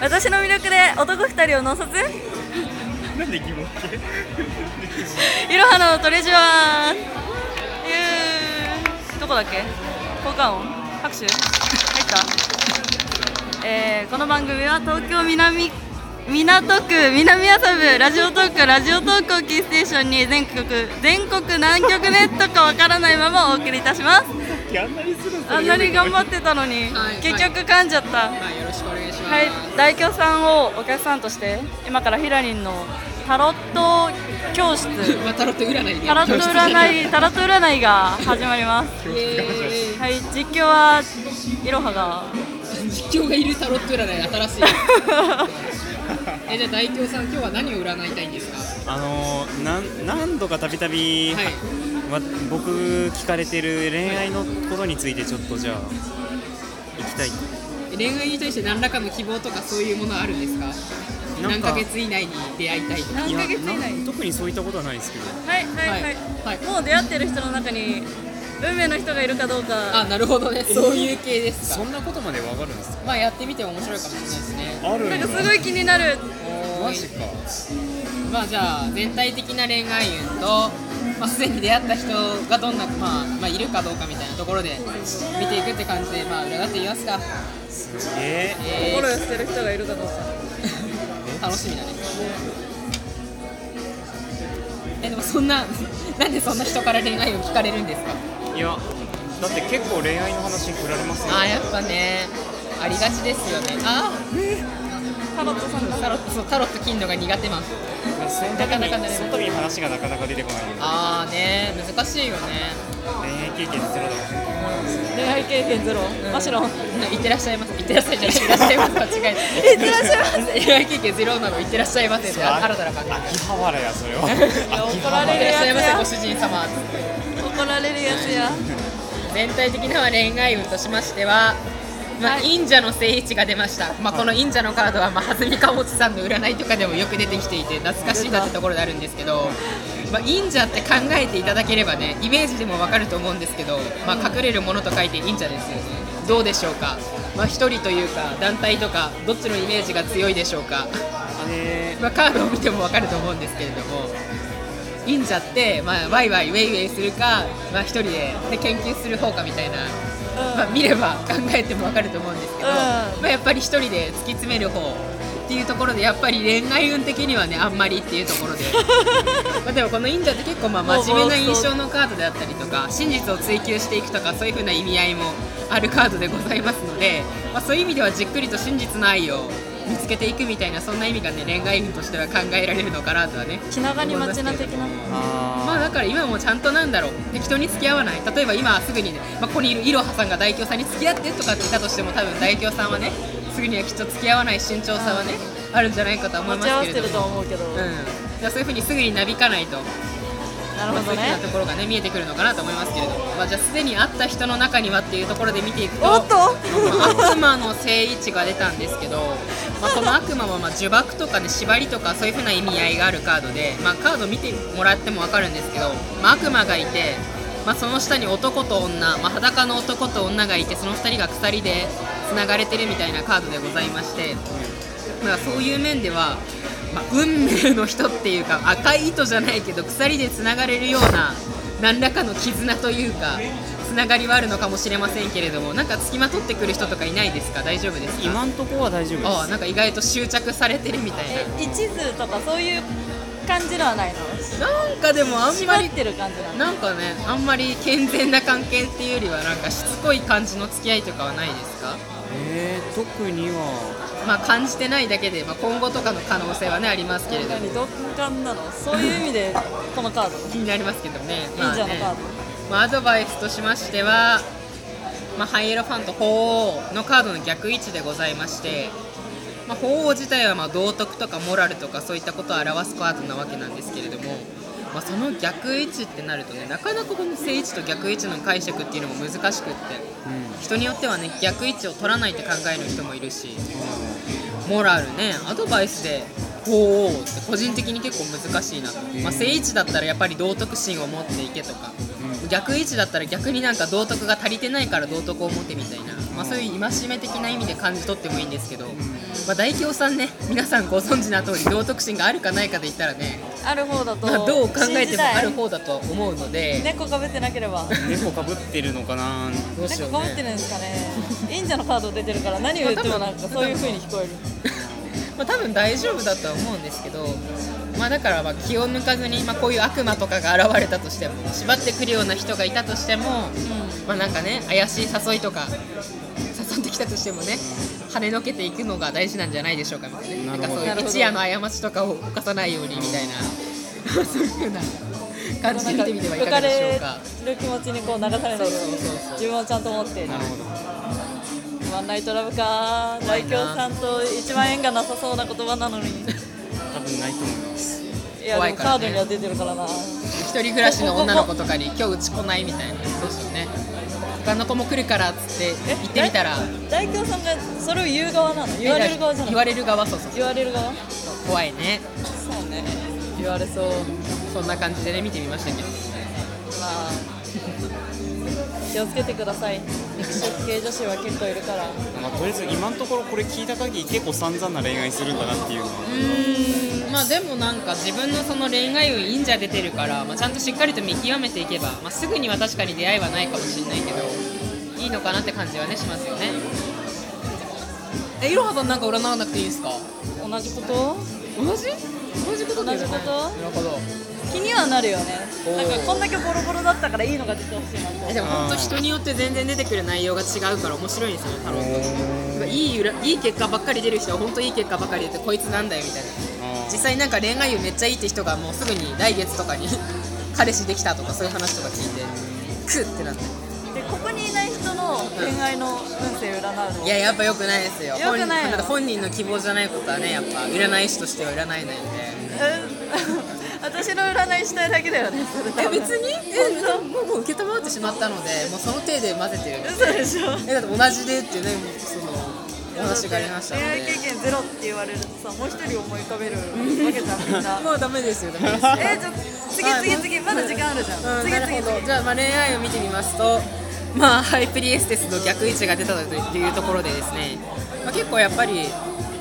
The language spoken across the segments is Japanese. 私の魅力で男2人を納卒なんで疑問系いろはのトレジュアーいうどこだっけ効果音拍手入った、えーこの番組は東京南港区南麻布ラジオトークラジオトークをキーステーションに全国全国何局ネットかわからないままお送りいたしますいやあんなにするんすよあんなに頑張ってたのに、はい結局噛んじゃった、はい、よろしくお願いします。はい、大京さんをお客さんとして今からヒラリンのタロット教室 まあタロット占いで。タロット占いタロット占いが始まりますイエはい実況はいろはがーイ。実況がいるタロット占い新しい。えじゃあ大京さん今日は何を占いたいんですか。あのー、なん何度かたびたびはい。わ僕聞かれてる恋愛のことについてちょっとじゃあ行きたい恋愛に対して何らかの希望とかそういうものはあるんですか。なん何かヶ月以内に出会いたいとか。何ヶ月以内いやはいな特にそういったことはないですけどはいはい、はい。もう出会ってる人の中に運命の人がいるかどうかあ、なるほどね。そういう系ですそか。んなことまでわかるんですかまあやってみても面白いかもしれないですね。あるなんかすごい気になるおーいマジかまあじゃあ全体的な恋愛運と、まあ、すでに出会った人がどんな、まあ、まあいるかどうかみたいなところで見ていくって感じでまあ占ってみますか、ええフォローー、してる人がいるかどうか楽しみだねえでもそんな なんでそんな人から恋愛を聞かれるんですかー、いやだって結構恋愛の話に振られますよあーやっぱねありがちですよねあタロットさんがータロットそうタロット金のが苦手マンその度なかなかにねその度に話がなかなか出てこないああね難しいよね恋愛経験ゼロだもん恋愛経験ゼロマシロンいってらっしゃいますいってらっしゃいじゃないいってらっしゃいます間違えたいってらっしゃいま 恋愛経験ゼロなのいってらっしゃいませって新たな感じ秋葉原やそれは秋怒ら葉れいるらっやしゃいませごつ主人様や怒られるやつや全体的な恋愛運としましては、まあ、忍者の聖一が出ました、まあ、この忍者のカードは、まあ、弾みかもちさんの占いとかでもよく出てきていて懐かしいなってところであるんですけど、まあ、忍者って考えていただければねイメージでもわかると思うんですけど、まあ、隠れるものと書いて忍者ですどうでしょうか、まあ、一人というか団体とかどっちのイメージが強いでしょうあかれまあ、カードを見てもわかると思うんですけれども忍者って、まあ、ワイワイウェイウェイするか、まあ、一人でで研究する方かみたいな、まあ、見れば考えてもわかると思うんですけど、うんまあ、やっぱり一人で突き詰める方っていうところでやっぱり恋愛運的にはねあんまりっていうとこ ろでまあでもこの忍者って結構まあ真面目な印象のカードであったりとか真実を追求していくとかそういうふうな意味合いもあるカードでございますので、まあ、そういう意味ではじっくりと真実の愛を見つけていくみたいなそんな意味がね恋愛運としては考えられるのかなとはね気長に待ちな的なまああだから今もちゃんとなんだろう適当に付き合わない例えば今すぐにね、まあ、ここにいるいろはさんが大京さんに付き合ってとかって言ったとしても多分大京さんはねすぐにはきっと付き合わない慎重さはねあるんじゃないかとは思い持まち合わすせけてれるどとも、思うけど、うん、じゃあそういうふうにすぐになびかないとなるほどそういうふうねなところがね見えてくるのかなと思いますけれども、まあ、じゃあすでに会った人の中にはっていうところで見ていくとおっとまあ悪魔の聖一が出たんですけど、まあ、この悪魔はまあ呪縛とか、ね、縛りとかそういう風な意味合いがあるカードで、まあ、カード見てもらっても分かるんですけど、まあ、悪魔がいて、まあ、その下に男と女、まあ、裸の男と女がいてその2人が鎖でつながれてるみたいなカードでございまして、まあ、そういう面では、まあ、運命の人っていうか赤い糸じゃないけど鎖でつながれるような何らかの絆というかつながりはあるのかもしれませんけれどもなんか付きまとってくる人とかいないですか大丈夫ですか今んとこは大丈夫ああでなんか意外と執着されてるみたいえ一途とかそういう感じのはないのななんかでもあん縛まっりてる感じなのなんかねあんまり健全な関係っていうよりはなんかしつこい感じの付き合いとかはないですかすえー、特にはまあ感じてないだけで、まあ、今後とかの可能性はねありますけれども何鈍感なのそういう意味でこのカード気になりますけどねま忍あ者のカーねドまあ、アドバイスとしましては、まあ、ハイエロファンと法王のカードの逆位置でございまして、まあ、法王自体はまあ道徳とかモラルとかそういったことを表すカードなわけなんですけれども、まあ、その逆位置ってなるとねなかなかこの正位置と逆位置の解釈っていうのも難しくってうん人によってはね逆位置を取らないって考える人もいるしモラルねアドバイスで法王って個人的に結構難しいなと、まあ、正位置だったらやっぱり道徳心を持っていけとか。逆位置だったら逆になんか道徳が足りてないから道徳を持てみたいな、あまあ、そういう戒め的な意味で感じ取ってもいいんですけど、まあ、大京さんね皆さんご存知の通り道徳心があるかないかで言ったらね、ある方だと、まあ、どう考えてもあ信るじ方だとは思うのたいで猫かぶってなければ猫かぶってるのかなどうしよ猫うかぶってるんね、ですかね忍者のカード出てるから何を言ってもなんかそういう風に聞こえるまあ、多分大丈夫だとは思うんですけど、まあ、だからまあ気を抜かずに、まあ、こういう悪魔とかが現れたとしても縛ってくるような人がいたとしても、まあ、なんかね怪しい誘いとか誘ってきたとしてもね跳ねのけていくのが大事なんじゃないでしょうかみたいな,、ななんるかほそどういう一夜の過ちとかを犯さないようにみたいなそういうふうな感じで見てみてはいかがでしょうか。浮れる気持ちにこう流されないようにそうそうそうそう自分をちゃんと持ってなるほどワンナイトラブか大京さんと1万円がなさそうな言葉なのに多分ないと思いますいや怖でいもかカらねードには出てるからな一人暮らしの女の子とかに今日うち来ないみたいなどうしようね他の子も来るからっつってえ行ってみたら大京さんがそれを言う側なの言われる側じゃ言なわいれる側そうそう言われる側怖いねそうね言われそうそんな感じでね見てみましたけどまあ気をつけてください肉食系女子は結構いるからうまあとりあえず今のところこれ聞いた限り結構散々な恋愛するんだなっていうのはうーんまあでもなんか自分のその恋愛運忍者出てるから、まあ、ちゃんとしっかりと見極めていけば、まあ、すぐには確かに出会いはないかもしれないけどいいのかなって感じはねしますよねえいろはさんなんか占わなくていいですか同じこと同じ同じことって言うじゃないなるほど気にはなるよねおーなんかこんだけボロボロだったからいいのが出てほしいなえとでも本当人によって全然出てくる内容が違うから面白いんですよねタロットいい裏いい結果ばっかり出る人は本当いい結果ばっかり出てこいつなんだよみたいなあ実ー際なんか恋愛運めっちゃいいって人がもうすぐに来月とかに彼氏できたとかそういう話とか聞いてクッってなってでここにいない人の恋愛の運勢占うのいややっぱ良くないですよ良くないよ本人んか本人の希望じゃないことはねやっぱ占い師としては占えないんでうん 私の占いしたいだけだよねそれ多え分別にえなんかもう受け止まってしまったのでもうその手で混ぜてるんです嘘でしょえだって同じでってねもうそのお話がありましたの恋愛で経験ゼロって言われるとさもう一人思い浮かべるわけじゃんみんなもうダメですよダメ ですよ えー、ちょ次次次まだ時間あるじゃん、うん、次なる次ほど次じゃあ、まあ、恋愛を見てみますと、まあ、ハイプリエステスの逆位置が出たというところでですね、まあ、結構やっぱり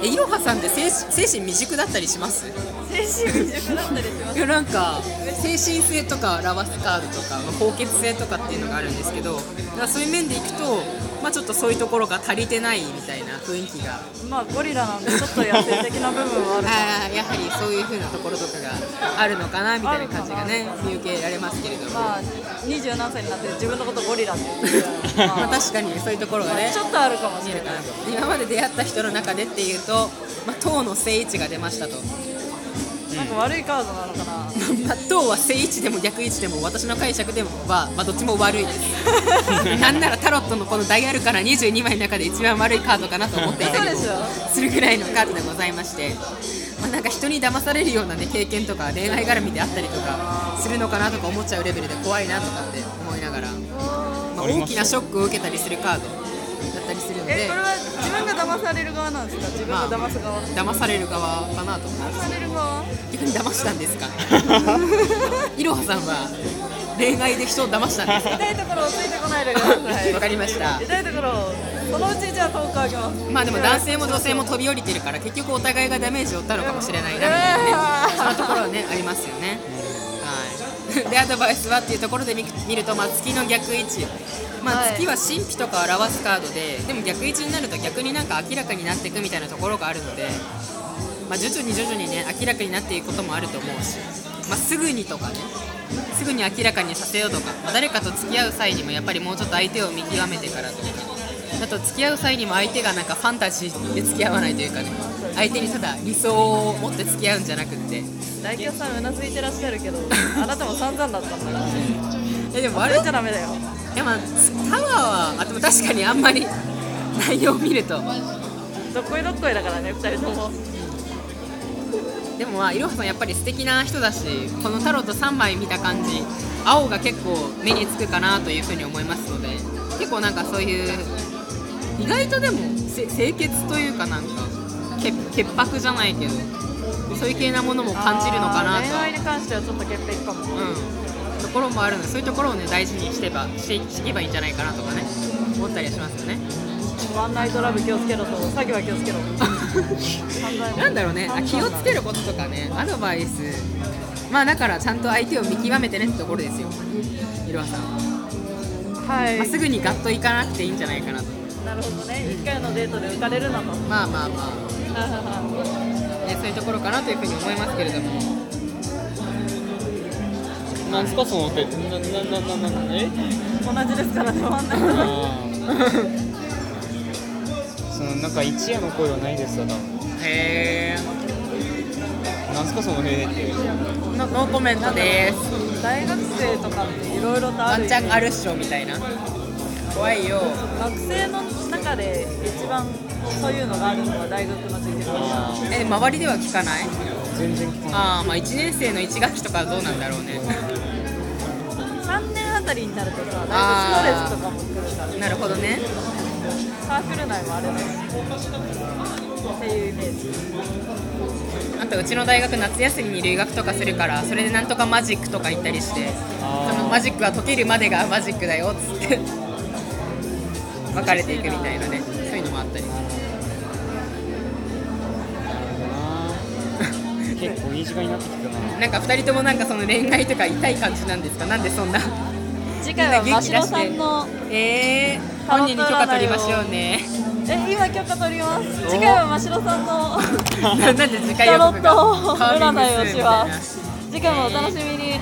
えいろはさんって精神精神未熟だったりします精神未熟だったりしますいやなんか精神性とか表すカードとか、まあ、高潔性とかっていうのがあるんですけどだからそういう面でいくと、まあ、ちょっとそういうところが足りてないみたいな雰囲気がまあゴリラなんでちょっと野生的な部分はあるかあーやはりそういう風なところとかがあるのかなみたいな感じがね見受けられますけれども、らまあ二十何歳になって自分のことゴリラって言ってるからままああ、確かにそういうところがねちょっとあるかもし見えれるなかいなと今まで出会った人の中でっていうと、まあ、塔の正位置が出ましたと、 なんか悪いカードなのかなまあ、塔は正位置でも逆位置でも私の解釈でもは、まあ、どっちも悪いです なんならタロットのこのダイヤルから22枚の中で一番悪いカードかなと思っていた嘘りでもしょするぐらいのカードでございまして、まあ、なんか人に騙されるような、ね、経験とか恋愛絡みであったりとかするのかなとか思っちゃうレベルで怖いなとかって思いながら、まあ、大きなショックを受けたりするカードだったりするので。えこれは自分が騙される側なんですか自分が騙す側騙騙される側かなと思いますされる側逆に騙したんですか いろはさんは恋愛で人を騙したんですか痛いところをついてこないでくださいわかりました痛いところをそのうちじゃあ遠くあげますまあでも男性も女性も飛び降りてるから結局お互いがダメージを負ったのかもしれないなみたいなねそんなところはねありますよねはいで アドバイスはっていうところで見見ると、まあ、月の逆位置、まあ、はい月は神秘とかを表すカードででも逆位置になると逆になんか明らかになっていくみたいなところがあるので、まあ、徐々に徐々にね明らかになっていくこともあると思うし、まあ、すぐにとかねすぐに明らかにさせようとか、まあ誰かと付き合う際にもやっぱりもうちょっと相手を見極めてからとかあと付き合う際にも相手がなんかファンタジーで付き合わないというかね相手にただ理想を持って付き合うんじゃなくって大京さんうなずいてらっしゃるけどあなたも散々だったんだからえでもあ悪れいじゃダメだよいやまあタワーはあでも確かにあんまり内容を見るとどっこいどっこいだからね二人ともでもまあいろはさんやっぱり素敵な人だしこのタロット3枚見た感じ青が結構目につくかなというふうに思いますので結構なんかそういう意外とでもせ清潔というかなんか潔潔白じゃないけどそういう系なものも感じるのかなあーと恋愛に関してはちょっと潔癖かもうん、ところもあるのでそういうところをね大事にしてばしてしていけばいいんじゃないかなとかね思ったりはしますよね湾内トラブル気をつけろと詐欺は気をつけろなんだろうねあ気をつけることとかねアドバイスまあだからちゃんと相手を見極めてねってところですよいろはさん、まはいあ、すぐにガッといかなくていいんじゃないかなとなるほどね一回のデートで浮かれるなと まあまあまあ、ね、そういうところかなというふうに思いますけれどもなんすかその手ななななななえ同じですからね湾内トラブルそのなんか一夜の恋はないですよ多分へえなんすかそのへえってノーコメントです大学生とかっていろいろとあワるンチャンあるっしょみたいな怖いよ学生の中で一番そういうのがあるのは大学の授業え周りでは聞かない全然聞かないああまあ1年生の1学期とかはどうなんだろうね3年あたりになるとさあ大ー学ストレスとかも来るから なるほどねサークル内もあれだしっていうイメージあとうちの大学夏休みに留学とかするからそれでなんとかマジックとか行ったりしてあーそのマジックは解けるまでがマジックだよっつって 別れていくみたいなねそういうのもあったり結構いい時間になってきたななんか2人ともなんかその恋愛とか痛い感じなんですかなんでそんな次回はママシシロロささんんのえー、本人に許可取りましょうねえ今許可取ります次回はマシロさん のなんで次回タ予ロ告ッがトカーリング占いをするしみたいなます次回もお楽しみに